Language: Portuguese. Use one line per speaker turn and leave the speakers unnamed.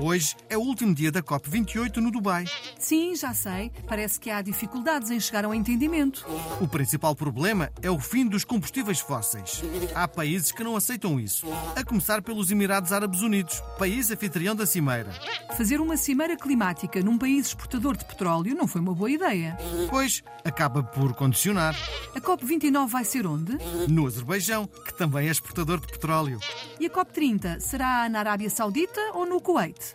Hoje é o último dia da COP28 no Dubai.
Sim, já sei. Parece que há dificuldades em chegar ao entendimento.
O principal problema é o fim dos combustíveis fósseis. Há países que não aceitam isso, a começar pelos Emirados Árabes Unidos, país anfitrião da Cimeira.
Fazer uma cimeira climática num país exportador de petróleo não foi uma boa ideia.
Pois acaba por condicionar
A COP29 vai ser onde?
no Azerbaijão, que também é exportador de petróleo.
E a COP30 será na Arábia Saudita ou no Kuwait?